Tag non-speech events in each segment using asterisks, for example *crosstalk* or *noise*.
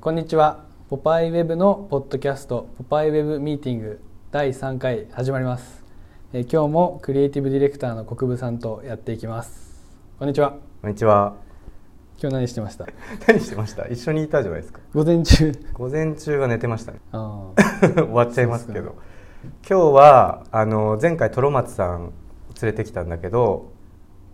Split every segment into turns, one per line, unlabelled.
こんにちは。ポパイウェブのポッドキャスト、ポパイウェブミーティング第3回始まります。えー今日もクリエイティブディレクターの国分さんとやっていきます。こんにちは。
こんにちは。
今日何してました？
何してました一緒にいたじゃないですか。
午前中。
午前中は寝てましたね。
あ
*laughs* 終わっちゃいますけ
そう
ど。今日は、あの、前回トロマツさん連れてきたんだけど、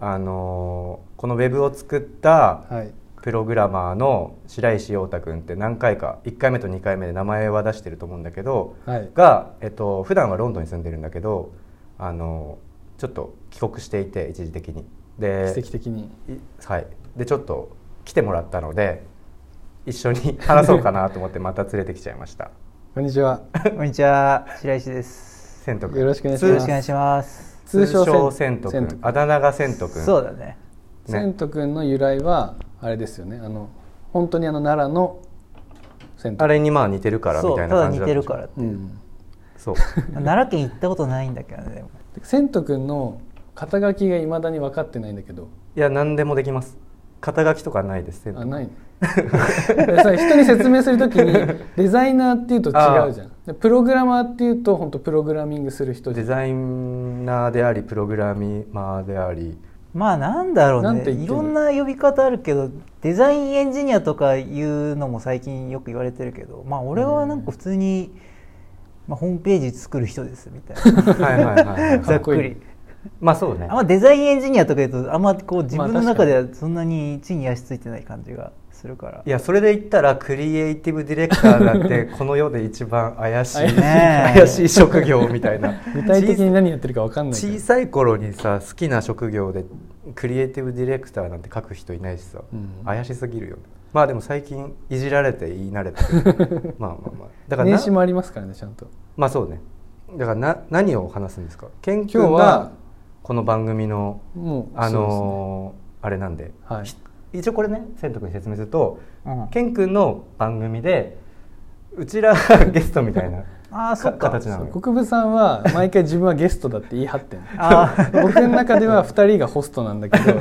あの、このウェブを作った
あ、はい。
プログラマーの白石陽太くんって何回か、1回目と2回目で名前は出してると思うんだけど、
はい。
が、えっと、普段はロンドンに住んでるんだけど、あの、ちょっと帰国していて、一時的に。で
奇跡的に。
いはい、でちょっと来てもらったので一緒に *laughs* 話そうかなと思ってまた連れてきちゃいました
こんにちは。
こんにちは、白石です。
千斗君
よろしくお願いし
よ
ま
ろ
す
しくお願いします。
通称
せん
千斗君
せん
あだ名が千斗君
そうだね。
ね
千とくんの由来はあれですよねあの本当にあの奈良の千
あ
と
れにまあ似てるからみ
そう、
た
た
いな
だ
感じ
似
だ
てるからっ
く
て
ん、う
いう。
ん、
そう
奈良県行ったことないんだけどね。でも
千とくんの肩書きがいまだに分かってないんだけど
いや何でもできます肩書きとかないです千
あ
斗
ない *laughs* さ人に説明するとき
*laughs*
にデザイナーっていうと違うじゃんでプログラマーっていうと本当プログラミングする人じゃ
デ
ん
ザイナーでありプログラマーであり
まあなんだろう
なんて言っ
ね。
て
い
る
ろんな呼び方あるけど、デザインエンジニアとかいうのも最近よく言われてるけど、まあ俺はなんか普通に、まあ、ホームページ作る人ですみた
*laughs*
いな。
はいはいはい、は
かっ、
い
こいい
ざっくり
まあそうね
あんまデザインエンジニアとか言うとあんまこう自分
ま
の
あ確か
中
に
ではそんなに地に足ついてない感じがするから
いやそれで言ったらクリエイティブディレクターなんてこの世で一番
*laughs*
怪しい、
ねえ
怪しい職業みたいな
具体的に何やってるか分かんないから
小さい頃にさ好きな職業でクリエイティブディレクターなんて書く人いないしさ、
うん
怪しすぎるよねまあでも最近いじられて言い慣れ
*laughs*
てるまあまあまあだから
年
な
始もありますからねちゃんと
まあそうねだからな何を話すんですか研
今
究
日
は
は
この番組の
もう
あのーあれなんで、
はい
ひ一応これね千斗君に説明すると、
うん
ケン君の番組でうちらがゲストみたいな
ああそっか
形なのよ
国分さんは毎回自分はゲストだって言い張っ
*laughs*
てんの
あー
僕の中では2人がホストなんだけど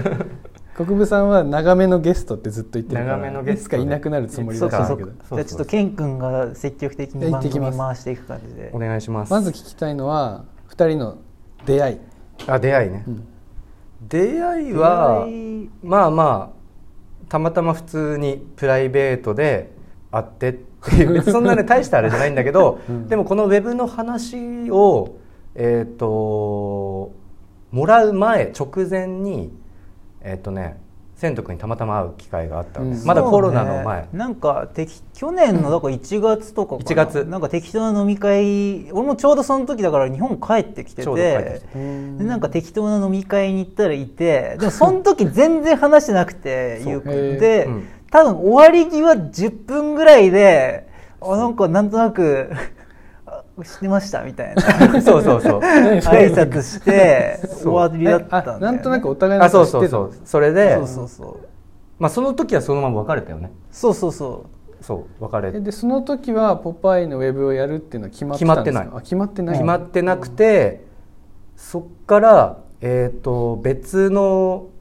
国分さんは長めのゲストってずっと言ってるから
長めのゲスト
いつかい
ね
なくなるつもりだ
そ
っ
う
た
か
んだ
そう
け
か
ど
そうそう
じゃあちょっとケン君が積極的に番組回していく感じで
お願いします
まず聞きたいのは2人の出会い、
あ出会いね、
うん
出会いは
出会い
まあまあたまたま普通にプライベートで会ってっていう別にそんなね大したあれじゃないんだけど、
うん
でもこのウェブの話をえっ、ともらう前直前にえっ、とね千斗君にたまたま会う機会があったのね、
うん
まだコロナの前、
そうねなんか適去年のだから1月とかかな
1月
なんか適当な飲み会俺もちょうどその時だから日本帰ってきて
ちょうど帰って
て
きて
でなんか適当な飲み会に行ったらいてでもその時全然話してなくて
そう
ゆうく
へー
んで、
うん
多分終わり際10分ぐらいであなんかなんとなくあ知ってましたみ
*laughs*
たいな
そうそうそう
挨拶して終わりだったんだよ、
あ
ね、
なんとなくお互いの
あそ
こ
う
と
そ
知
う
ってた
そうそれで
そうそうそう
まあ、その時はそのまま別れたよね
そうそうそ
そう別れ
え
て
でその時は「ポパイ」のウェブをやるっていうのは決まってたんですかあ決
決
まってない
決まってなくて、そっから、えー、と別の、えー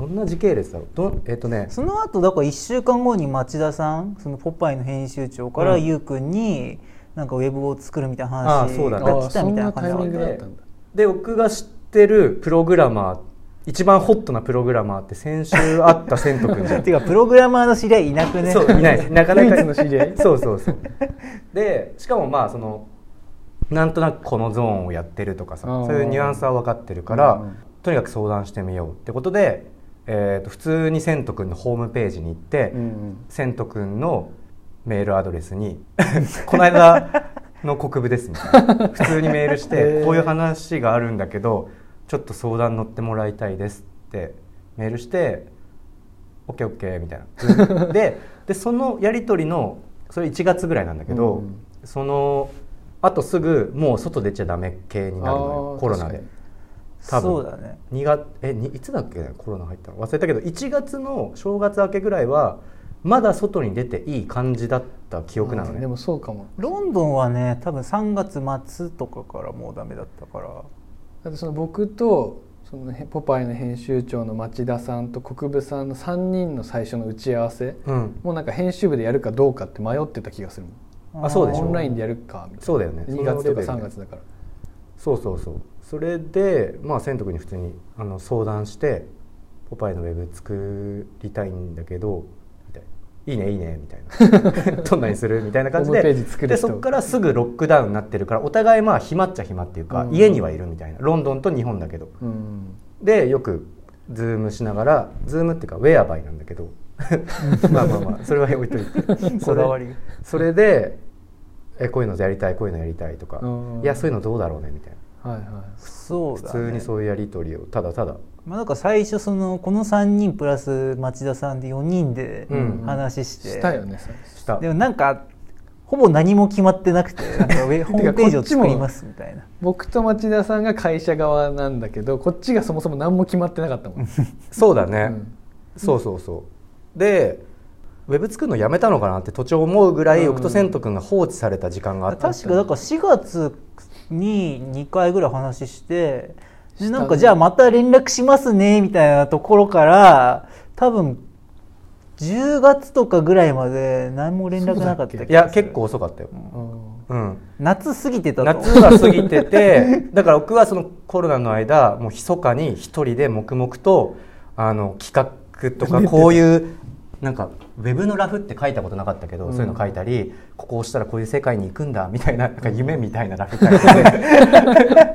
どんな時系列だろうどえっ、とね
うその後だから1週間後に町田さんその「ポパイ」の編集長から
うん
ゆうくんになんかウェブを作るみたいな
あ
話
そうだね
が
あ
来たみたいな
そんなタイ
感
ミン
じ
グ
で
だったんだ
で僕が知ってるプログラマー一番ホットなプログラマーって先週会った千斗君じゃ
*laughs*
ん
ていうかプログラマーの知り合いいなくね *laughs*
そういないですなかなか
唯一の知り合い
そうそうそうでしかもまあそのなんとなくこのゾーンをやってるとかさ
うん
そういうニュアンスは分かってるから、
うん
とにかく相談してみようってことで、えー、と普通に千斗君のホームページに行って、
うん
千斗くんのメールアドレスに *laughs* 「この間の国部です」みたいな普通にメールし
へ
て
ー
「こういう話があるんだけどちょっと相談乗ってもらいたいです」ってメールして「OKOK」みたい
*laughs*
な。ででそのやり取りのそれ1月ぐらいなんだけど、
うん
そのあとすぐもう外出ちゃダメ系になるの
あ
よ
ー
コロナ
確
で
かに。
多分
そうだね
2月えにいつだっけねコロナ入ったの忘れたけど1月の正月明けぐらいはまだ外に出ていい感じだった記憶なの
う
ね、
んでもそうかも
ロンドンはね多分3月末とかからもうダメだったから
だってその僕とそそのへポパイの編集長の町田さんと国分さんの3人の最初の打ち合わせ
うん
もうなんか編集部でやるかどうかって迷ってた気がするもん
あそうでし
オ
ょ
ンラインでやるかみたいな
そうだよね
2月とか
そ
3
のレベル
月だから
そうそうそうそれでまあ千徳に普通にあの相談して「ポパイのウェブ作りたいんだけど」みたいな「いいねいいね」みたい
*laughs*
な「どんなにする?」みたいな感じで
ホームページ作る
で
人
そこからすぐロックダウンになってるからお互いまあ暇っちゃ暇っていうか、
うん
家にはいるみたいなロンドンと日本だけど
うん
でよくズームしながらズームっていうかウェアバイなんだけ
*laughs*
どまあまあまあそれは置いといて
こだわり
それでえこういうのやりたいこういうのやりたいとか
うん
いやそういうのどうだろうねみたいな
はいはい
そう
普
だ、ね、
通にそういうやり取りをただただ
まあ、なんか最初そのこの3人プラス町田さんで4人で
うん
話して、
したよねそれ
した
でもなんかほぼ何も決まってなくてなんかウェホームページを作りますみたいな
僕と町田さんが会社側なんだけどこっちがそもそも何も決まってなかったもん、
そうだね、
うん
そうそうそうでウェブ作るのやめたのかなって途中思うぐらい、
うん
僕と千斗君が放置された時間があった
確かだから4月に2回ぐらい話して
したね
なんかじゃあまた連絡しますねみたいなところから多分10月とかぐらいまで何も連絡なかった気がする
いや結構遅かったよ、
うん
うん、
夏過ぎてたと
夏が過ぎてて *laughs* だから僕はそのコロナの間もう密かに一人で黙々とあの企画とかこういうなんかウェブのラフって書いたことなかったけど、
うん
そういうの書いたりここを押したらこういう世界に行くんだみたいななんか夢みたいなラフ書いてて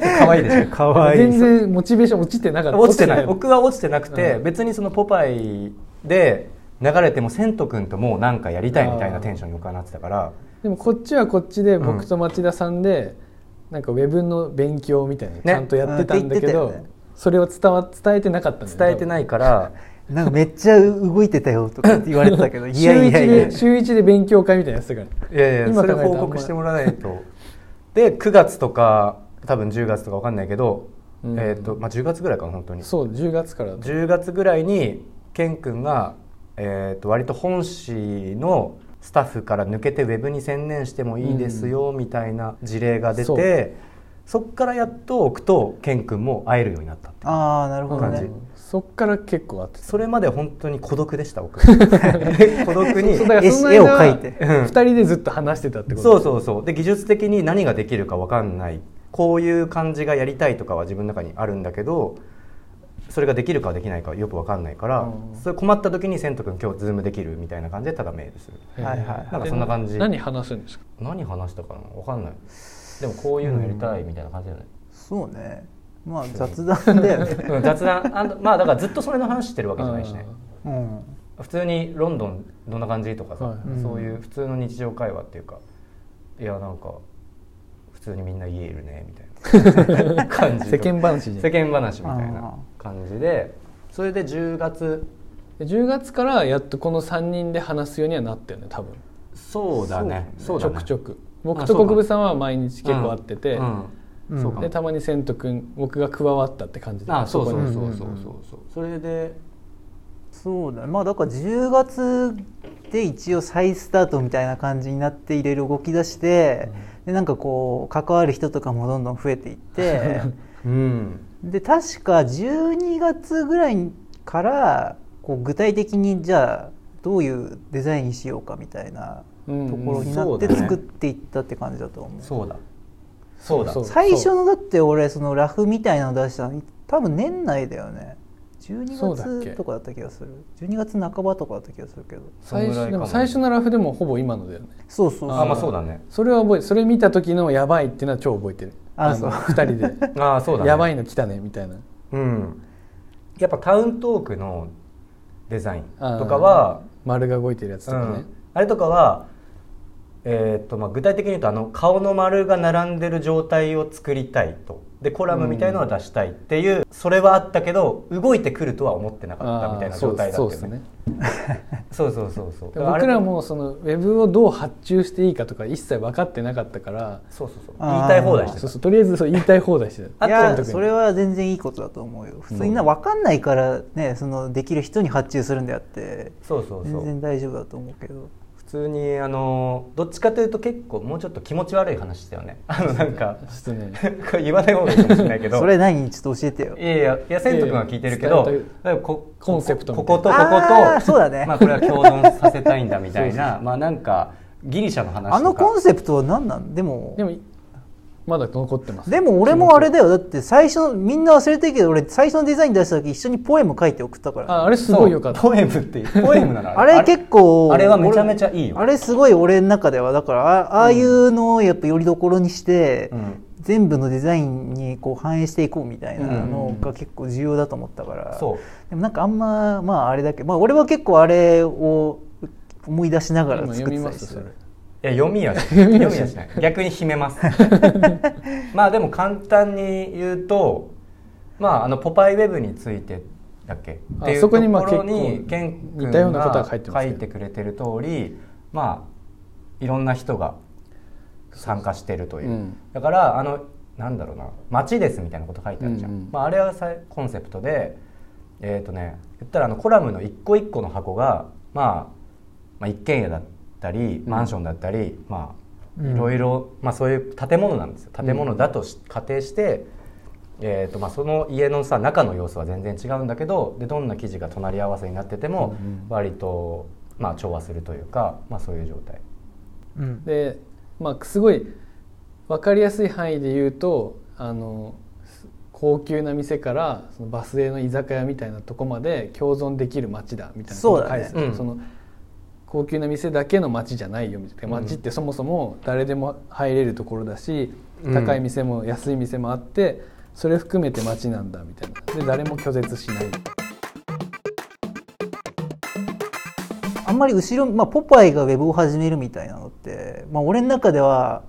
可愛いでしょ
かわいい
全然モチベーション落ちてなかった
落ちてない
落ち
僕は落ちてなくて、
うん
別にその「ポパイ」で流れても千斗君ともうなんかやりたいみたいなテンションに僕はなってたから
でもこっちはこっちで
うん
僕と町田さんで、なんかウェブの勉強みたいなの
ね
ちゃんとやってたんだけ
うんっ
ど、
て言ってたよね
それを伝わ伝えてなかったんだよね
伝えてないから
なんかめっちゃ動いてたよとかって言われてた
*laughs*
けどい
週
や
一
いやいや
で週一で勉強会みたいなやつだから
いやいや
今
そ
考え
れ
たら
報告してもらわないとで9月とか多分10月とかわかんないけど、
うん
えーとまあ、10月ぐらいかな本当に
そう10月からだと
10月ぐらいにケン君が、えー、と割と本誌のスタッフから抜けてウェブに専念してもいいですよみたいな事例が出て、
そう
そっからやっと僕とケン君も会えるようになったっていう
ああなるほど
感じ
ね
うんそっから結構あって
それまで本当に孤独でした
*laughs*
僕孤独に
そうだからその
絵絵を
間は
描いて
うん
2人でずっと話してたってこと
そうそうそうで技術的に何ができるか分かんないこういう感じがやりたいとかは自分の中にあるんだけどそれができるかできないかよく分かんないから、
うん
それ困った時に「千斗君今日ズームできる?」みたいな感じでただメールする
へー
はいはいはい
なんかそんな感じ
で何話すんですか
何話したかな分かんないでもこういうのやりたいみたいな感じじゃない、
そうねまあ雑談だよ
*laughs*
ね、
うん雑談あんまあだからずっとそれの話してるわけじゃないしね
うん、
普通にロンドンどんな感じとかさ、
はい
そういう普通の日常会話っていうかいやなんか普通にみんな家いるねみた
*laughs*
いな感じ
世
と
間話じゃん
世間話みたい
あ
な感じでそれで10月
で10月からやっとこの3人で話すようにはなったよね多分
そうだねそう
ち
だ
ょ
ね
くちょく僕
あ
と
そうだね
国分さんは毎日結構会ってて、
うんうん
うん
そうか
でたまに千斗君僕が加わったって感じで
あそうそう
こに
そう
うん
そうそうそうそれで
そうだねまあだから10月で一応再スタートみたいな感じになっていろいろ動き出して、でなんかこう関わる人とかもどんどん増えていって
うん
で確か12月ぐらいからこう具体的にじゃあどういうデザインにしようかみたいなと
うん
ころにな
そう
っ
だ
て
ね
作っていったって感じだと思う,、
そうだそうだ
そう
最初のだって俺そのラフみたいなの出したの多分年内だよね
そうだっけ
12月とかだった気がする12月半ばとかだった気がするけど
そん
最
ぐら
初
いか
でも最初のラフでもほぼ今のだよね
そうそうそう
あまあそうだね
それは覚えてそれ見た時のやばいっていうのは超覚えてる
あ
の
そう
2人で
ああ *laughs* そうだね
やばいの来たねみたいな
うんやっぱタウントークのデザインとかは
丸が動いてるやつとかね、
あれとかは、えーとまあ、具体的に言うとあの顔の丸が並んでる状態を作りたいとでコラムみたいのは出したいっていう、それはあったけど動いてくるとは思ってなかったみたいな状態だ
そう
っ
で
たよ
すね
ねそうそうそうそう
で僕ら
あれ
もそのウェブをどう発注していいかとか一切分かってなかったから
そうそうそう
あー
言いたい放題して
そう
た
そうとりあえずそう言いたい放題してた
いやそれは全然いいことだと思うよ普通にな分かんないからねそのできる人に発注するんであって
そうそうそ
全
う
然大丈夫だと思うけど普
通にあのどっちかというと結構もうちょっと気持ち悪い話だよねあのな
*laughs*
んか
失礼
これ言わない方がいいかもしれないけど
それ何ちょっと教えてよ
いやいやいや千斗君は聞いてるけど
いやいや伝え
例えばこ
コンセプトみ
こ
たい
こ
な
とここ
あー
と
そうだね
まあ、これは共存させたいんだみたい
*laughs* そう
なまあなんかギリシャの話とか
あのコンセプトは何なんでも
でもまだ残ってます
でも俺もあれだよだって最初のみんな忘れてるけど俺最初のデザイン出した時一緒にポエム書いて送ったからね、
ああれすごいよかった
そうポエムっていうポエムなの
あれ結構
あれはめちゃめちゃいいよ
あれすごい俺の中ではだからあああいうのをやっぱよりどころにして、
うん
全部のデザインにこう反映していこうみたいなのが結構重要だと思ったから、
そう
でもなんかあんままああれだけど、まあ、俺は結構あれを思い出しながら
今
作っ
読
て
みま
たり
す
す
それ
る
いや読みはし
*laughs*
読みはしない逆に秘めますまあでも簡単に言うとまああのポパイウェブについてだっけ
あ
っていうと
そ
こ
こにまあ
ろ
結
に
構
ケン君
似たようなことが
が
書いてます
書
けど
いてくれてる通りまあいろんな人が参加してるという、
うん
だからあのなんだろうな「街です」みたいなこと書いてあるじゃん、
うんうん
まあ、あれはさコンセプトでえっ、とね言ったらあのコラムの一個一個の箱が、まあ、まあ一軒家だったり
うん
マンションだったり、ま
う
あ
ん
いろいろ、まあ、そういう建物なんですよ建物だとし仮定して、えーとまあ、その家のさ中の様子は全然違うんだけどでどんな記事が隣り合わせになってても
うんうん
割と、まあ、調和するというか、まあ、そういう状態。
うん
でまあすごい分かりやすい範囲で言うとあのす高級な店からそのバス停の居酒屋みたいなとこまで共存できる街だみたいなことを返す
そうだねうん
その高級な店だけの街じゃないよみたいな
うん
街ってそもそも誰でも入れるところだし、
うん
高い店も安い店もあってそれ含めて街なんだみたいなで誰も拒絶しない
あんまり後ろ、まあ、ポパイがウェブを始めるみたいなのって、まあ、俺の中では、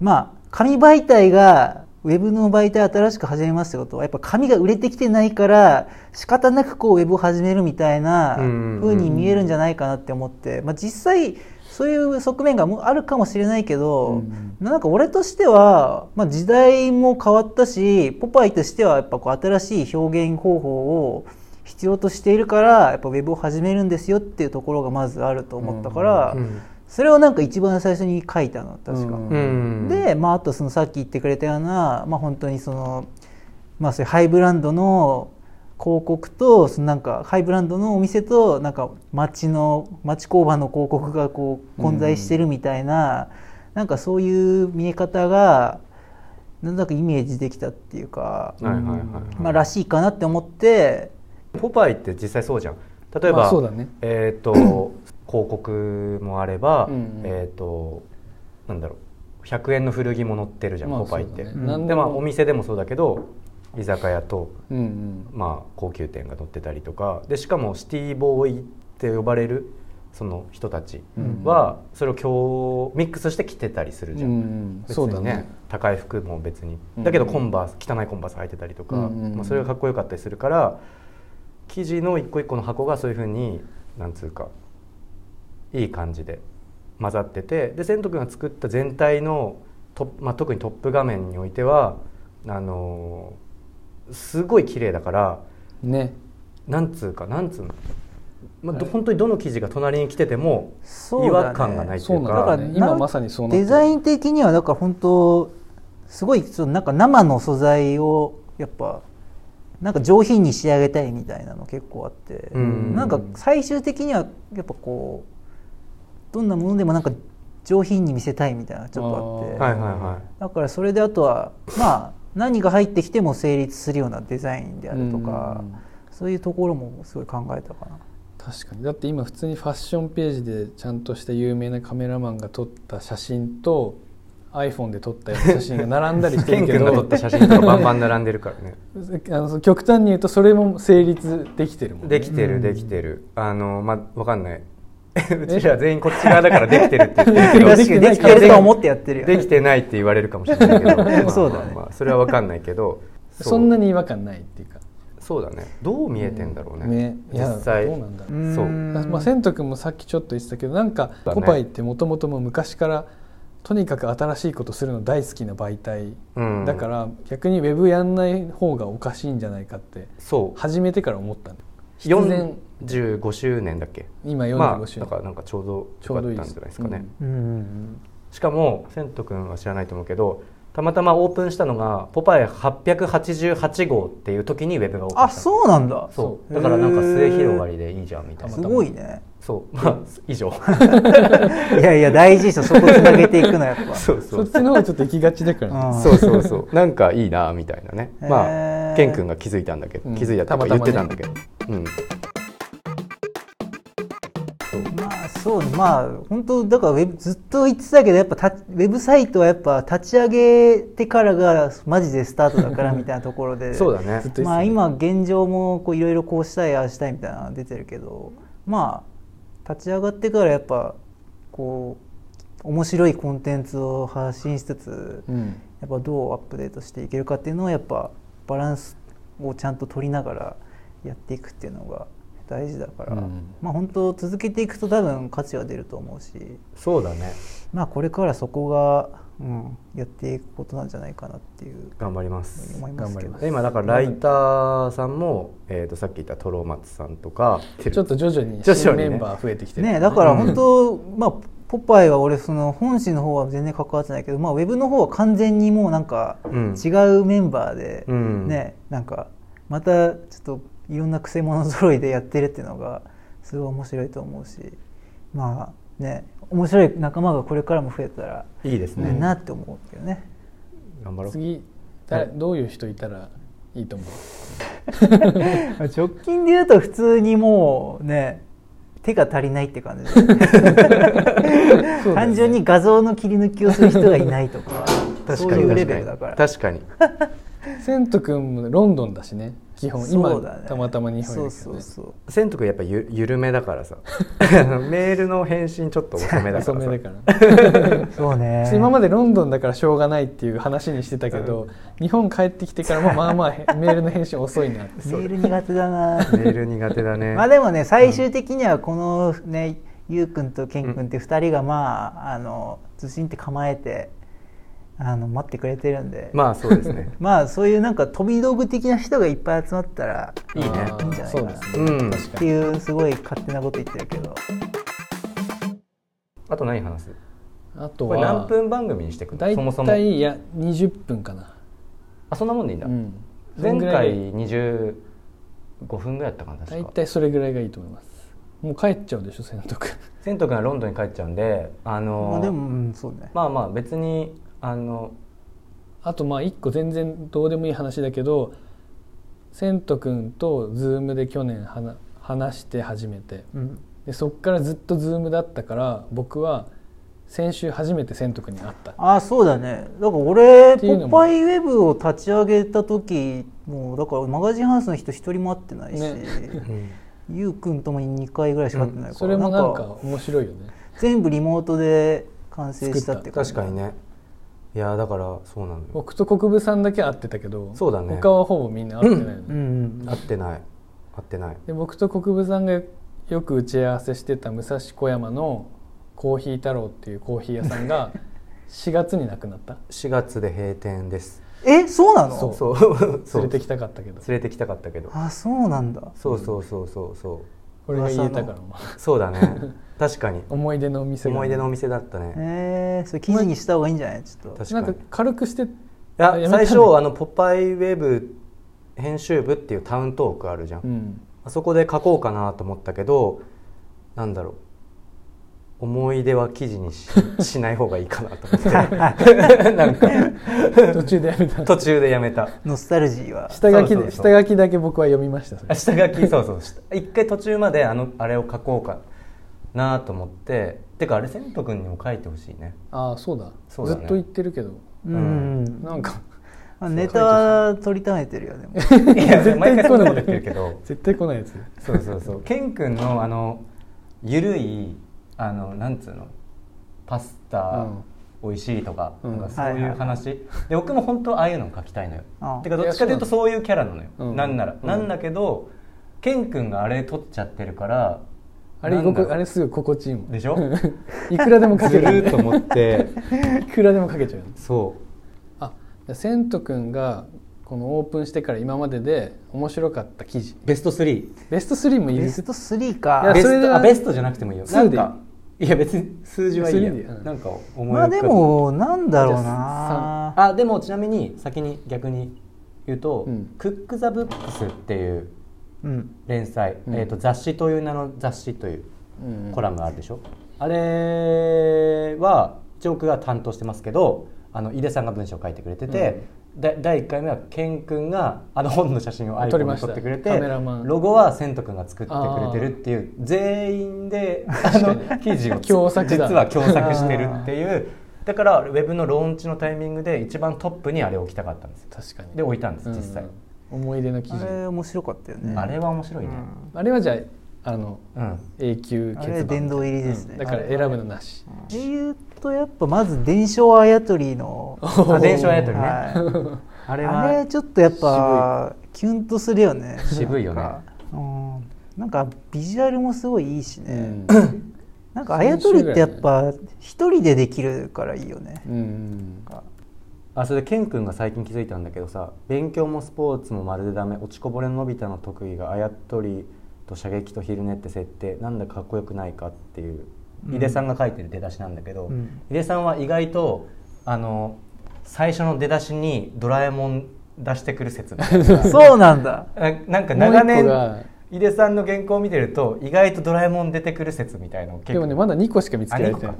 まあ、紙媒体がウェブの媒体新しく始めますよとやっぱ紙が売れてきてないから仕方なくこうウェブを始めるみたいな
うんうんうん
風に見えるんじゃないかなって思って、まあ、実際そういう側面がもうあるかもしれないけど、
うん
なんか俺としては、まあ、時代も変わったしポパイとしてはやっぱこう新しい表現方法を必要としているからやっぱウェブを始めるんですよっていうところがまずあると思ったから、それをなんか一番最初に書いたの確か。
うん
うん
で、まあ、あとそのさっき言ってくれたような、まあ、本当にその、まあ、そういうハイブランドの広告とそのなんかハイブランドのお店となんか町の町工場の広告がこう混在してるみたいな,、なんかそういう見え方がなんだかイメージできたっていうか、
はいはいはいはい
まあ、らしいかなって思って
ポパイって実際そうじゃん例えば、
まあそうだね
えっ、と広告もあれば、
うんうん
えっ、となんだろう100円の古着も載ってるじゃん、
まあ
ポパイって、
そうだ
う
ね
ん
何
で
で
ま
も
あお店でもそうだけど居酒屋と、
うんうん
まあ、高級店が載ってたりとかでしかもシティボーイって呼ばれるその人たちは、それを今日ミックスして着てたりするじゃん、
うんうん
別
そうだ
にね
ね
高い服も別に
うん
だけどコンバース汚いコンバース履いてたりとか、
うんうん
まあ、それがかっこよかったりするから生地の一個一個の箱がそういうふうになんつうかいい感じで混ざっててで千斗君が作った全体のトップ、まあ、特にトップ画面においてはあのーすごい綺麗だから
ね
なんつうかなんつうの、まあど本当にどの生地が隣に来てても
そうだね
違和感がないと
そ
いうう
な
か
んだよね
だから
今まさにそうなって
デ
る
ザイン的にはだから本当すごいちょっとなんか生の素材をやっぱなんか上品に仕上げたいみたいなの結構あって、
うん
なんか最終的にはやっぱこうどんなものでもなんか上品に見せたいみたいなちょっとあって
はいはいはい。
だからそれであとはまあ何が入ってきても成立するようなデザインであるとか、
うん
そういうところもすごい考えたかな。
確かにだって今普通にファッションページでちゃんとした有名なカメラマンが撮った写真と iPhone で撮ったような写真が並んだりして
ケ
る
ン
け
君 *laughs*
ど
が撮った写真とかバンバン並んでるからね
*laughs* あのその極端に言うとそれも成立できてるもんね
できて
う
る
ん
できてるあのまあわかんない *laughs* うちら全員こっち側だからできてるって言ってるけ
で
ど
確
き
か
て
に
な *laughs*
で
い
きてると思ってやってるよね
できてないって言われるかもしれないけ
*laughs*
どまあ
そうだね
まあまあそれはわかんないけど
そんなに違和感ないっていうか
そうだねどう見えてんだろうね,、
ねいや
実際
どうなんだろう
そう
だまあ、千斗君もさっきちょっと言ってたけどなんか
だね
ポパイってもともともう昔からとにかく新しいことするの大好きな媒体、
うん
だから逆にウェブやんない方がおかしいんじゃないかって
そう
初めてから思ったんだ
四
必然
15周年だっけ
今
ま
45
あ
周
だ
年、
からなんかちょうど
ち
よ
ょ
か
うど
っ
いい
た
で
ん
す
じゃないですかね
うん
うんうん
しかも千斗君は知らないと思うけどたまたまオープンしたのが「ポパイ888号」っていう時にウェブがオープンした
あそうなんだ
そう
へー
だからなんか末広がりでいいじゃんみたい
たま
な
すたま
ごいね
そうまあ以上
いやいや大事でしょそこつなげていくのやっぱ
そ
*laughs*
う
そっちの方ちょっと行きがちだから、
*laughs*
ね
うん
そうそうそうなんかいいなみたいなねま
へ
あ
ー
ケン君が気づいたんだけど、
うん
気づいたっていうか言ってたんだけど、うん
まあそうねまあ本当だからウェブずっと言ってたけどやっぱたウェブサイトはやっぱ立ち上げてからがマジでスタートだからみたいなところで
そうだね
ずっと言ってたね
まあ今現状もこういろいろこうしたいああしたいみたいなの出てるけどまあ立ち上がってからやっぱこう面白いコンテンツを発信しつつ
うん
やっぱどうアップデートしていけるかっていうのはやっぱバランスをちゃんと取りながらやっていくっていうのが大事だから、
うん
まあ本当続けていくと多分価値は出ると思うし
そうだね
まあこれからそこが、うん、やっていくことなんじゃないかなっていう
頑張りま
ふうに
す
思います
頑張
け
りま
ど
す
今だからライターさんも、えー、とさっき言ったトロマツさんとか
ちょっと徐々に
徐々にね
新メンバー増えてきてる
ねだから本当、まあポパイは俺その本誌の方は全然関わってないけど、まあ、ウェブの方は完全にもうなんか
うん
違うメンバーで、
うん
ねなんかまたちょっといろんなくせ者揃いでやってるっていうのがすごい面白いと思うしまあね面白い仲間がこれからも増えたら
いいです
いい
ね、
なって思うけどね、
頑張ろう
次誰どういう人いたらいいと思う
直近で言うと普通にもうね手が足りないって感じです、 *laughs* 単純に画像の切り抜きをする人がいないと *laughs* かそういうレベルだから
確かに
セント君もロンドンだしね基本
そ
今
うだね
たまたま日本いるけ
そ
ど
うそ
ね
うそう
千斗君やっぱゆ緩めだからさメールの返信ちょっと遅めだか
遅
ら
めだか
さ
ら
そう *laughs* ね
今までロンドンだからしょうがないっていう話にしてたけど、日本帰ってきてからもまあまあへメールの返信遅いなって
メール苦手だな
メール苦手だね
まあでもね最終的にはこのね、ゆうくんとけんくんって2人がまああのずしんって構えてあの待ってくれてるんで、まあ、
まあそうですね
そういうなんか飛び道具的な人がいっぱい集まったら
いいね
あー
いいんじゃないか
そう
な
です
う
ね、
ん
確
っ
か
て
に
いうすごい勝手なこと言ってるけど
あと何話す
あと
これ何
は
分番組にしていくの
大
そもそも
体いや20分かな、
あそんなもんでいいんだ、
うん、そん
前
ぐらいが
回25分ぐらいだったかな確
大
か
体それぐらいがいいと思いますもう帰っちゃうでしょセント君
千斗君はロンドンに帰っちゃうんであの
まあでも、うん、そうね、
まあまあ別にあの
*laughs* あとまあ一個全然どうでもいい話だけどセント君と Zoom で去年はな話して初めて
うん、
でそっからずっと Zoom だったから僕は先週初めてセント君に会った
ああそうだねだから俺
っていうの
ポ
も
パイウェブを立ち上げた時もうだからマガジンハウスの人一人も会ってないし、
ね
ゆうくんとも2回ぐらいしか会ってないから、
それもなんか
なんか
面白いよね
全部リモートで完成したって感じ
確かにねいやだからそうなのよ
僕と国分さんだけ会ってたけど
そうだね
他はほぼみんな会ってないよね、
うんうん
合ってない合ってない
で僕と国分さんがよく打ち合わせしてた武蔵小山のコーヒー太郎っていうコーヒー屋さん
*laughs*
が4月に亡くなった
4月で閉店です
えそうなの
そう
そうそう
連れてきたかったけど
連れてきたかったけど
あそうなんだ
そうそうそうそうそう
俺が言えたから
そうだね確かに
思い出のお店が
思い出のお店だったね
えー、それ記事にした方がいいんじゃないちょっと
確か
な
に
んか軽くして
いや
あやめたんだ
最初あの「ポパイウェブ編集部」っていうタウントークあるじゃん、
うん
*laughs* あそこで書こうかなと思ったけどなんだろう思い出は記事にししない方がいいかなと思って *laughs* なんか
途中でやめた
途中でやめた
ノスタルジーは
下書き
そうそ
で
うそう
下書きだけ僕は読みましたそれ
あ下書きそうそう下一回途中まであのあれを書こうかなと思っててかあれ千斗君にも書いてほしいね
ああそうだ
そう
ず
だ
っ
ね
と言ってるけど
うんうん、
なんか
まあネタは取りためてるよ
*laughs*
ねもう
いや
絶
毎
対
回
来
そんな
な
こ
い
と言ってるけど
絶対来ないやつ
そうそうそうケン君のあのゆるいあのなんつうのパスタ美味しいとか,、
うん
なんかそういう話、で僕も本当はああいうのを書きたいのよ
ああ
てかどっちかというとそういうキャラなのよ、
うん
なんなら、
うん
なんだけどケン君があれ取っちゃってるから
あれ
なんだろう
僕あれすぐ心地いいもん
でしょ
*laughs* いくらでも書
ず
け
る
る
ーっと思って
いくらでも書けちゃう
そ
あじゃあ千と君がこのオープンしてから今までで面白かった記事
ベスト3
ベスト3もい
ベ
る
スト3
いや
か
ベ
それ
ス
で
トあベストじゃなくてもいいよな
数
ん
でいい
かいや別に数字はいいや、
数でいいうん
なんか思い浮
まあ
かべ
でもなんだろう
じゃ
な
あでもちなみに先に逆に言うと、
うん
クック・ザ・ブックスっていう
うん
連載、
うん
えー、と雑誌という名の雑誌という
うん
コラムがあるでしょ、あれは一応僕が担当してますけどあの井出さんが文章を書いてくれてて、だ第1回目は健君があの本の写真をアイコ
撮り
ン
ま
で
した
撮ってくれて
カメラマン
ロゴは千斗君が作ってくれてるっていう全
*laughs*
員であ
か
の
に
記事をつ
共作
実
だ
は共作してるっていうだからウェブのローンチのタイミングで一番トップにあれを置きたかったんですよ
確かに
で置いたんです
うん
実際、
思い出の記
あれ
事
面白かったよね
あれは面白いね、
あれはじゃああの
うん
永久
あ
欠
れ殿
番
堂入りですね、
だから選ぶのなし
で言うとやっぱまず伝承あやとりの
*laughs* あ伝承あやとりね、
は
*laughs* あ
い、
れ
あ
は
れちょっとやっぱキュンとするよ
*laughs*
ね
渋いよね
なんかうんなんかビジュアルもすごいいいしね、
うん
なんかあやとりってやっぱ一人でできるからいいよね
うん
あそれでケン君が最近気づいたんだけどさ勉強もスポーツもまるでダメ落ちこぼれののび太の特技があやとりと射撃と昼寝って設定なんだかっこよくないかっていう
うん
井出さんが書いてる出だしなんだけど、
うん
井出さんは意外とあの最初の出だしにドラえもん出してく
*laughs*
る説みたいな
*laughs* そうなんだ
ななんか長
もう一個
年
が
井出さんの原稿を見てると意外とドラえもん出てくる説みたいなのを結構
でもねまだ2個しか見つ
あ
けら
二
れ
個
て
か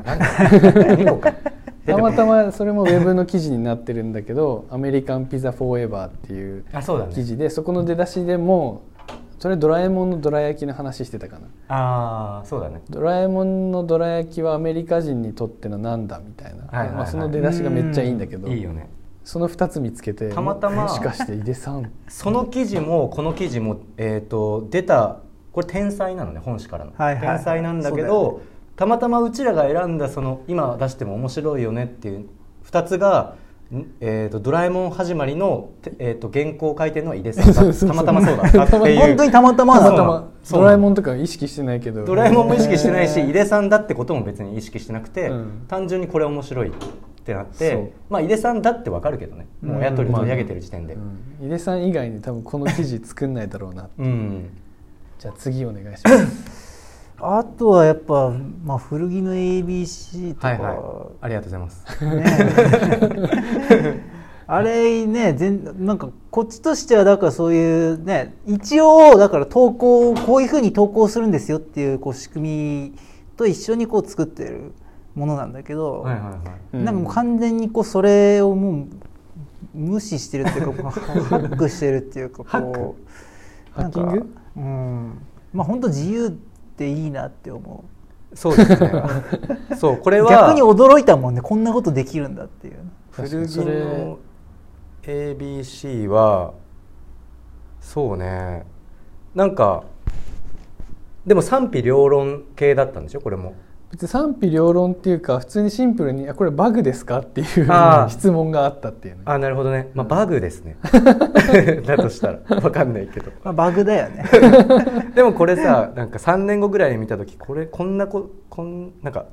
*laughs* ない
なんか二個か出て
た
こな
ま
い
たまそれもウェブの記事になってるんだけど「アメリカンピザフォーエバー」っていう
あそうだね
記事でそこの出だしでもそれドラえもんのどら焼きの話してたかな
ああそうだね
ドラえもんのどら焼きはアメリカ人にとってのなんだみたいな、
はいはいはい
まあ、その出だしがめっちゃいいんだけど
いいよね
その2つ見つけて
たまたま
もしかして井出さん
その記事もこの記事も、えー、と出たこれ天才なのね本誌からの、
はいはいはい
天才なんだけ
そうだ
どたまたまうちらが選んだその今出しても面白いよねっていう2つが、んえーと「ドラえもん」始まりの、てえー、と原稿を書いてるのは井出さんだったたまたまそうだったっていう
本当にたまたま
そ
な
たま
うな
た
の
の
ま
そ
ド
うなの
ラえもんとか意識してないけど
ドラえもんも意識してないし井出さんだってことも別に意識してなくて、
うん
単純にこれ面白いってなっ
そう
て、まあ、井出さんだってわかるけどねもうやとり取り上げてる時点で、
うん井出さん以外に多分この記事作んないだろうな
うん
じゃあ次お願いします
あとはやっぱ、まあ、古着の ABC とか、
はいはいありがとうございます
ね *laughs* あれね全なんかこっちとしてはだからそういうね一応だから投稿こういうふうに投稿するんですよっていうこう仕組みと一緒にこう作ってるものなんだけど、
はいはいはい
なんかもう完全にこうそれをもう無視してるっていうかこうハックしてるっていうかこう
ハック
なんか
ハッキン
うんまあ本当自由っていいなって思う。
そうです
*laughs*
ねそうこれは
逆に驚いたもんねこんなことできるんだっていう
古着
それ
の ABC はそうねなんかでも賛否両論系だったんでしょこれも
別に賛否両論っていうか普通にシンプルにあ「これバグですか?」っていう
あー
質問があったっていうね
あなるほどね、まあ、バグです
*laughs*
ねだとしたら分かんないけど
まあ、バグだよね
でもこれさなんか3年後ぐらいに見た時これこんなここんなんか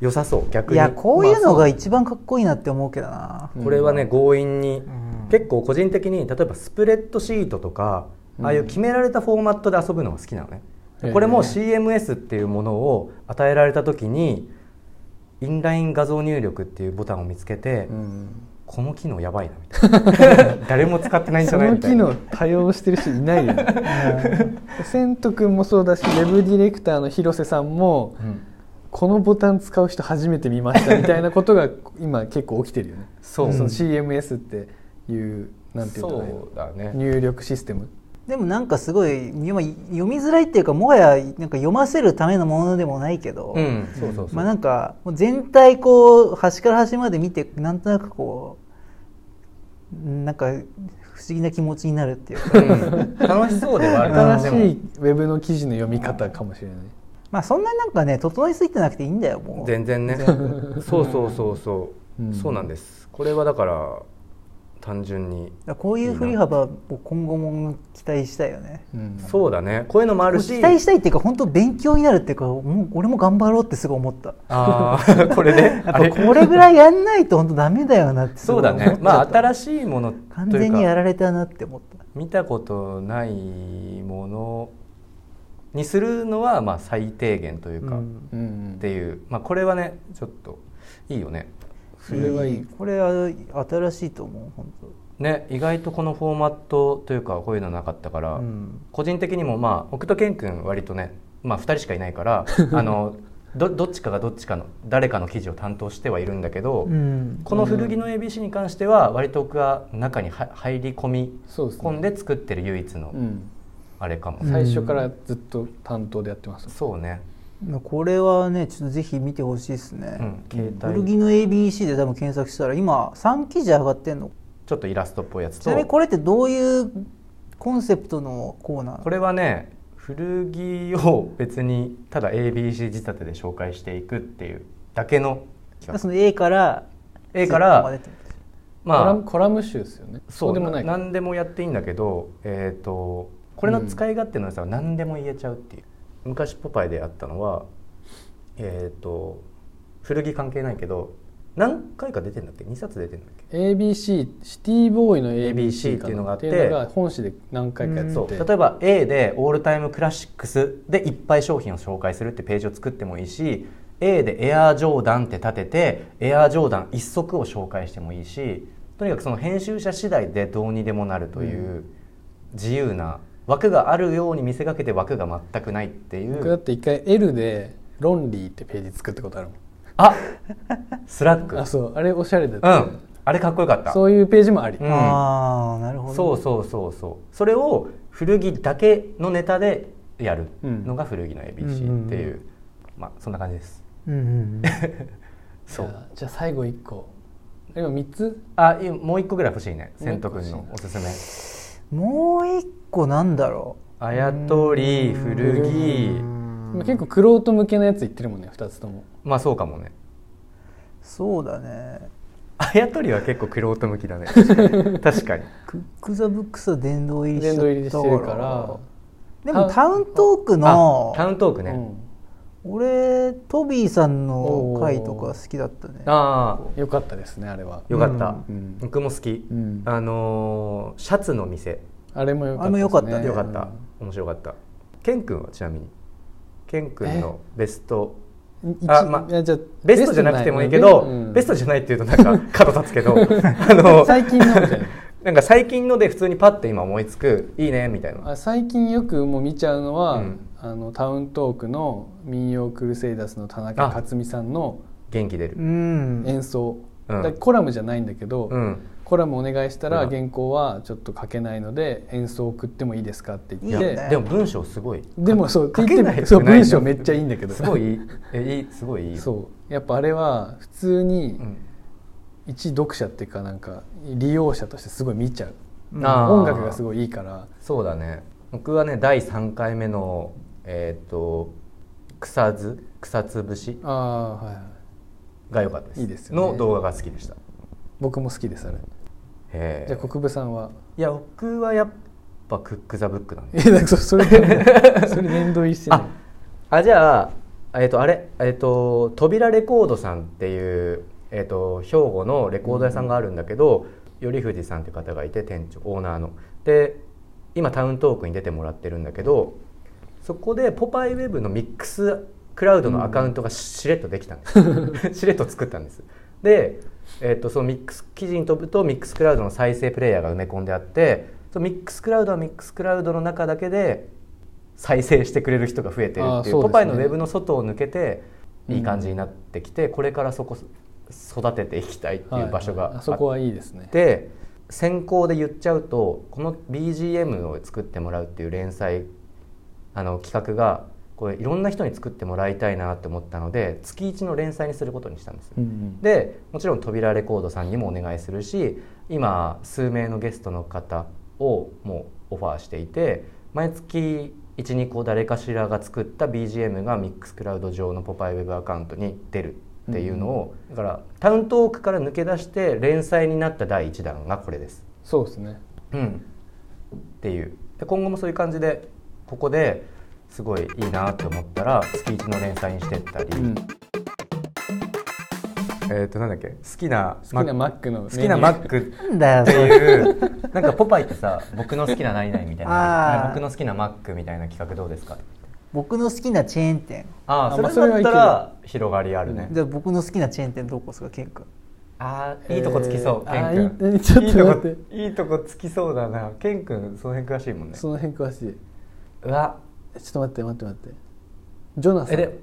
良さそう逆
い
に
やこういうのが一番かっこいいなって思うけどな、
これはね強引に
ん
結構個人的に例えばスプレッドシートとかああいう決められたフォーマットで遊ぶのが好きなのね、
へえ
これも CMS っていうものを与えられた時にインライン画像入力っていうボタンを見つけて、
うん
この機能やばいなみた
*laughs*
いな誰も使ってないんじ
そ
ゃない
の
みた
機
いな
能多用してる人いないよ
*laughs*
ね千斗君もそうだしウェブディレクターの広瀬さんも
うん
このボタン使う人初めて見ましたみたいなこと
*laughs*
が今結構起きてるよね
そう
の CMS っていうなんていうんだろ
そうだね
う入力システム
でもなんかすごい読み読みづらいっていうかもはやなんか読ませるためのものでもないけど、
うんそうそうそう、
まあなんかもう全体こう端から端まで見てなんとなくこうなんか不思議な気持ちになるってい
*laughs*
うか
うん楽しそうではある
新
な
し
でも
いウェブの記事の読み方かもしれない
まあそんなになんかね整いすぎてなくていいんだよもう
全然ねそうそうそうそう、
うん
そうなんですこれはだから単純に
だからこういう振り幅を今後も期待したいよね
うん
そうだねこういうのもあるし
期待したいっていうか本当勉強になるっていうかもう俺も頑張ろうってすごい思った
ああ *laughs* これで、
*laughs*
ね、
やっぱこれぐらいやんないと本当ダメだよなってす
そ
ご
う
い
だ
思っちゃ
ね
った
まあ新しいものというか
完全にやられたなって思った
見たことないものにするのはまあ最低限というか、
うん
うんうん
っていう、まあ、これはねちょっといいよね
それはいい
これは新しいと思う本
ね意外とこのフォーマットというかこういうのなかったから、
当、うん、
個人的にもまあ奥戸健君割とね、まあ、2人しかいないから
*laughs*
あのどどっちかがどっちかの誰かの記事を担当してはいるんだけど、
うん、
この古着の ABC に関しては割と僕は中には入り込み
そうですね
込んで作ってる唯一の
うん
あれかも、
うん
最初からずっと担当でやってます、
そうね、
これはねちょっとぜひ見てほしいです
う
ね、
ん、携
古
帯
着の ABC で多分検索したら今3記事上がってんの
ちょっとイラストっぽいやつ
ち
と
なみにこれってどういうコンセプトのコーナー
これはね古着を別にただ ABC 仕立てで紹介していくっていうだけの企画
その A から
A から
Z までってこと
コラ
ま
ムコラム集ですよね
あ
そうでもないか
何でもやっていいんだけど、えー、とこれの使い勝手の良さは何でも言えちゃうっていう、昔ポパイであったのはえっ、と古着関係ないけど何回か出てんだっけ2冊出てんだっけ
ABC シティボーイの
ABC
ABC
っていうのがあって
かないうのが本誌で何回かやって
そう
て
例えば A でオールタイムクラシックスでいっぱい商品を紹介するってページを作ってもいいし A でエアージョーダンって立ててエアージョーダン一足を紹介してもいいしとにかくその編集者次第でどうにでもなるという自由な枠があるように見せかけて枠が全くないってい
僕だっ
う
て一回 L で「ロンリー」ってページ作ったことあるもん
あスラック
あそうあれおしゃれだっ
う
た、
んあれかっこよかった
そういうページもあり、
うん
ああなるほど
そうそうそうそうそれを古着だけのネタでやるのが古着の ABC っていう、
う
まあそんな感じです
うんうん
じ
そ
ゃ
う
あじゃあ最後一個今三つ
あいもう一個ぐらい欲しいね
もう
千
一個
斗君のおすすめ
うん、もう一個なんだろ
あやとり
う
古着
今結構クロート向けのやつ言ってるもんね二つとも
まあそうかもね
そうだね
あやとりは結構クロート向きだね確か
*laughs*
に確かに
クック・ザ・ブックスは殿堂入りしちゃっ
殿
た
堂入りしてるから
でもタウントークの
あタウントークね、
俺トビーさんの回とか好きだったね
あ
うん、よかったですねあれは
あよかった、
うん
僕も好き、
うん
あのーシャツの店
あれもよかった、
あれも良かったね
よかった、面白かったケン君はちなみにケン君のベストあ
あ、
ま
ま、いやじゃあ
ベストじゃなくてもいいけどベス,、
うん
トじゃないっていうとなんか
*laughs*
角立つけどあの
最近のみたい
*laughs* なんか最近ので普通にパッて今思いつくいいねみたいな
なあ最近よくもう見ちゃうのは、
うん
あのタウントークの民謡クルセイダスの田中克美さんの
元気出
う
る、
ん
演奏、
うん
だコラムじゃないんだけど、
うん、
コラムお願いしたら
うん
原稿はちょっと書けないので演奏送ってもいいですかって
い
言
い
っ
よ
て
ね
でも文章すごい
でもそう
書
聞い
け
て
ない
みそう
くない
文章めっちゃいいんだけど
すごい
*laughs*
いいえいいすごいいい
そうやっぱあれは普通に
うん
一読者っていうかなんか利用者としてすごい見ちゃう、
あー
音楽がすごいいいから
そうだね僕はね第3回目のえっ、と草津草つぶし
ああはいはい
が良かったです
いいですよね
の動画が好きでした
僕も好きですあれ
へえ
じゃあ国分さんは *laughs*
いや僕はやっぱクック・ザ・ブックなんで
えなんかそそれ *laughs* それ連動一してない
ああじゃあえっ、とあれえっ、と扉レコードさんっていう、えっと兵庫のレコード屋さんがあるんだけど、頼藤さんって方がいて店長オーナーので今タウントークに出てもらってるんだけどそこでポパイウェブのミックスクラウドのアカウントがしれっとできたんです、しれっと作ったんですで、えっとそのミックス記事に飛ぶとミックスクラウドの再生プレイヤーが埋め込んであってそのミックスクラウドはミックスクラウドの中だけで再生してくれる人が増えてる
あ
っ
ー
てい
そ
う
うですね
ポパイのウェブの外を抜けて
うん
いい感じになってきて、これからそこ育てていきたいっていう場所があ
は
っ
い
て
あそこはいいですね
で先行で言っちゃうとこの BGM を作ってもらうっていう連載あの企画がこれいろんな人に作ってもらいたいなって思ったので月1の連載にすることにしたんです。
うんうん
でもちろん扉レコードさんにもお願いするし今数名のゲストの方をもうオファーしていて毎月12個誰かしらが作った BGM がミックスクラウド上のポパイウェブアカウントに出るっっていうのを、だからタウントークから抜け出して連載になった第1弾がこれです。
そうですね
うん、っていうで今後もそういう感じでここですごいいいなと思ったら月1の連載にしてったり、
うん
えっ、となんだっけ好きな
好きなマックのメニュー
好きなマック
なんだよ
って
それ
いうなんかポパイってさ僕の好きな何々みたい
あー
な僕の好きなマックみたいな企画どうですか
僕の好きなチェーン店
あ
あ
あそ
まあ
れだった
それはい
ら広がりあるね、
で僕の好きなチェーン店どこですかケン君
ああいいとこつきそう、
えー
ケン君
あーいいちょっと
いいとこ
待っ
いいとこつきそうだなケン君その辺詳しいもんね
その辺詳しいう
わ
えちょっと待って待って待ってジョナサ
え
ン
で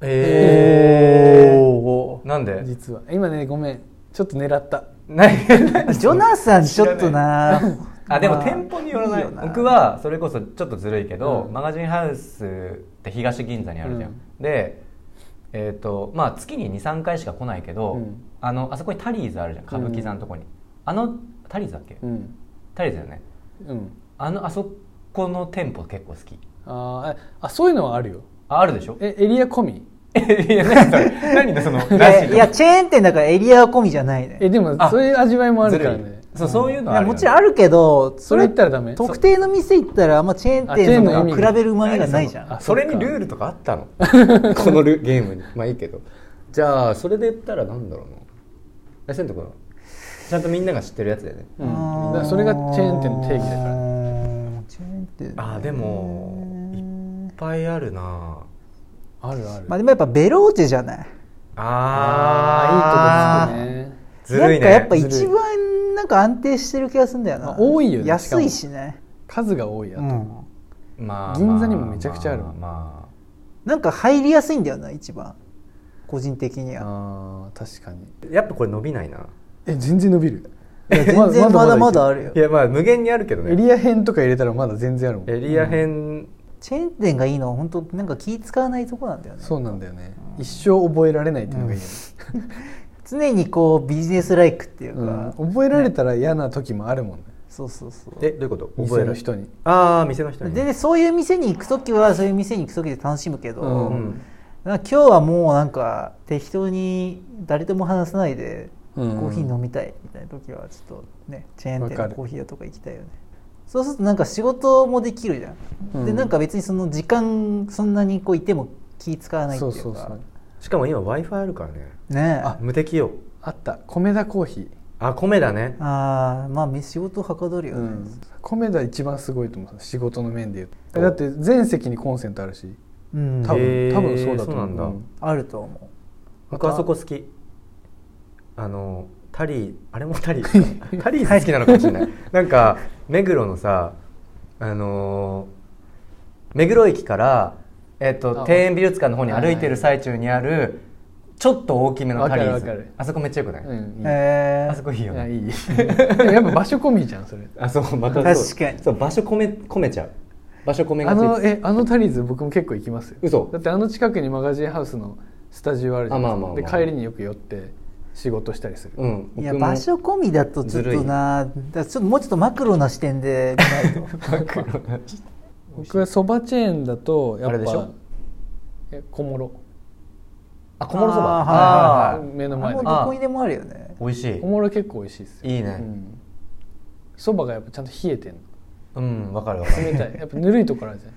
えー
おーなんで
実は今ねごめんちょっと狙った
ない *laughs*
ジョナサンちょっとな
*laughs*
あでも
ま
店舗によらない
よ
僕はそれこそちょっとずるいけど、
うん
マガジンハウスって東銀座にあるじゃん、
う
でえーとまあ、月に23回しか来ないけど、
うん
あのあそこにタリーズあるじゃん歌舞伎座のとこに、あのタリーズだっけ、
うん
タリーズだよね
うん
あのあそこの店舗結構好き
あーえあそういうのはあるよ
ああるでしょ *laughs*
えエリア込み
えいや何それ何だその
い
ラジ
や
オ
いやチェーン店だからエリア込みじゃないね
えでも
あ
そういう味わいもあるから
ずる
ね
いそうそういう
い
のはあ
や
るよね
もちろんあるけど
それ言ったらダメ
特定の店行ったらあんまチェーン
あチェー
店
ン
と
の意
か
味が
比べるうまみがないじゃん
あ
それ
そ
に
っか
ルールとかあったの *laughs* このルゲームにまあいいけどじゃあそれで言ったらなんだろうなえせんと君ちゃんとみんなが知ってるやつだよね
うん、だからそれがチェーン店の定義だから
らチェーン店
あーでもいっぱいあるな
あるある、
まあでもやっぱベローチェじゃない
あ
いいとこ
ね
つくね
ずるいね
なんかやっぱ
ずる
一
い
番なんか安定してる気がするんだよな、
まあ多いよね
安いしね
数が多いやと、
うん
ま
銀座にもめちゃくちゃある
まあま
なんか入りやすいんだよな一番個人的には
あー確かに
あやっぱこれ伸びないな
え全然伸びる
いや全然まだまだあ
る
るよ
いやまあ無限にあるけど
エ
ね
リア編とか入れたらまだ全然あるもん
エリア編
チェーン店がいいのは本当なんか気使わないとこなんだよね
そうなんだよね一生覚えられないっていうのがいいよね、
常にこうビジネスライクっていう
う
か、
ん覚えられたら嫌な時もあるもんね
そうそうそう
えどういうこと覚え
店
る
の人に
ああ店の人
で
に
でそういう店に行く時はそういう店に行く時で楽しむけど、
うん
うん
なんか今日はもうなんか適当に誰とも話さないでコ
うん
ーヒー飲みたいみたいな時はちょっとねチェーン店
わか
の
る
コーヒー屋とか行きたいよねそうするとなんか仕事もできるじゃ
う
ん、
ん
でなんか別にその時間そんなにこういても気使わないって
そ
いう
う
か
そうそう
しかも今 w i f i あるからね
ねえ
あ
無敵よ
あった米田コーヒー
あ米だね
あーまあ仕事はかどるよね、
うん、米田一番すごいと思う仕事の面で言うとえだって全席にコンセントあるし
うん
多分
へー
多分そうだと思う
そうなんだ
あると思
僕あそこ好きあのタリーあれもタリータリー好きなのかもしれないなんか目黒のさあのー目黒駅から、えっと
あ
庭園美術館の方に
はい
歩いてる最中にあるちょっと大きめのタリー
わかるわかる
ズあそこめっちゃよくない、
うん
う
いい
え
あそ
ー、
こいい
い
よ
や
ね
いいでもやっぱ場所込みじゃんそれ
あそうまたそう
確かに
そう場所込め込めちゃう場所込め
あ
がついて
のえあのタリーズ僕も結構行きますよ
嘘
だってあの近くにマガジンハウスのスタジオあるじゃないですか、
あまあまあまあ
で帰りによく寄って仕事したりする、
うん
いや
僕も
場所込みだとちょっとなだからちょっともうちょっとマクロな視点
*laughs*
で見ないと
僕はそばチェーンだとやっぱ
あれでしょ
え小諸
あ小諸そば
あーはい
はいはいはい
目の前
もう
の
どこにでもあるよね
美味しい
小諸結構美味しいですよ
いいね
うんそば、がやっぱちゃんと冷えてんの
うんわかるわかる
冷たい *laughs* やっぱぬるいところあるじゃ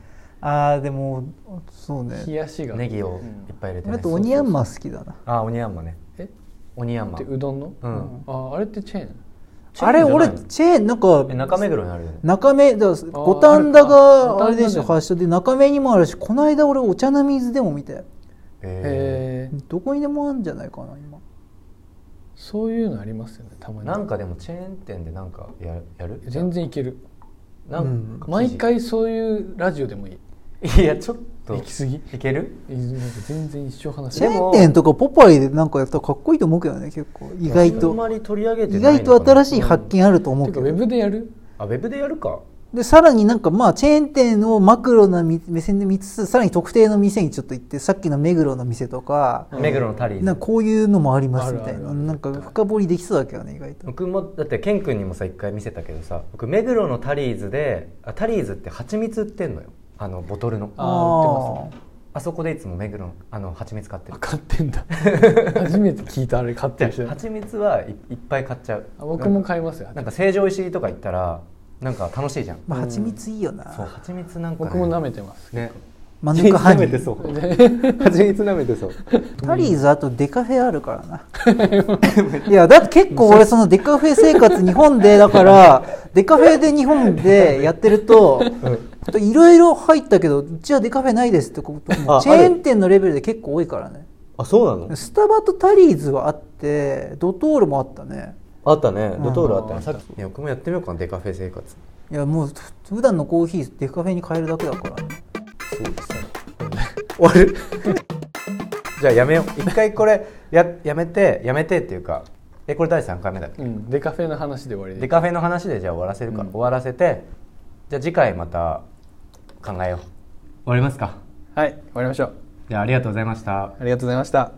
ああでもそうね
ん冷やしが
ネギを
うん
いっぱい入れて、ね
俺とオニヤンマ好きだな
あオニヤンマね
え
オニヤンマ
ってうどんの、
うん
ああれってチェーン
あれ俺チェーンなんか
え中目黒にあるよね
中目だから五反田があれでしょ発祥で中目にもあるしこの間俺お茶の水でも見て
え
へえ
どこにでもあるんじゃないかな今
そういうのありますよねたま
ー
に
なんかでもチェーン店でなんかややる
全然いける
なんか
毎回そういうラジオでもいい
記事いやちょっと
行き過ぎ
いける
えなんか全然一生話
チ
せ
ェ
ない
ーン店とかポパイでなんかやったらかっこいいと思うけどね結構意外
あんま
と
り取り上げて
意
ない
外と新しい
発
発見あると思
て
う
か
け
ウ
ど
ェブでやる
あウェブでやるか
でさらになんかまあチェーン店をマクロなみ目線で見つつさらに特定の店にちょっと行ってさっきの目黒の店とか
うん
目黒のタリーズ
なんかこういうのもありますみた
あ
い
るある
な
ある
なんか深掘りできそうだけどね意外と
僕もだってケン君にもさ一回見せたけどさ僕目黒のタリーズであタリーズって蜂蜜売ってんのよあのボトルの
あー売ってます
ね
あそこでいつも目黒のあの蜂蜜買ってる
あ買って *laughs* んだ初めて聞いたあれ買ってる
じ
人
ゃあ蜂蜜はい、いっぱい買っちゃう
あ僕も買いますよ
なんか成城石井とか行ったらなんか楽しいじゃん
まあ
うん
蜂蜜いいよな、
そう蜂蜜なんか、ね、
僕も舐めてます
ね
マヌカハニ
蜂蜜舐めて
ー
そう蜂蜜舐めてそう
タリーズあとデカフェあるか
*laughs*
らないやだって結構俺そのデカフェ生活日本でだ
*laughs*
からデカフェで日本でやってるといろいろ入ったけどうちはデカフェないですってことも
あ
チェーン店のレベルで結構多いからね
あそうなの
スタバとタリーズはあってドトールもあったね
あったね
ドトール
あったね
さっきいや僕もやってみようかなデカフェ生活
いやもう普段のコーヒーデカフェに変えるだけだからね
そうですね終わる *laughs* じゃあやめよう一回これややめてやめてっていうかえこれ第3回目だっけ
うんデカフェの話で終わりで
デカフェの話でじゃあ終わらせるから、
うん
終わらせてじゃあ次回また考えよう終わりますか
はい終わりましょう
じゃあありがとうございました
ありがとうございました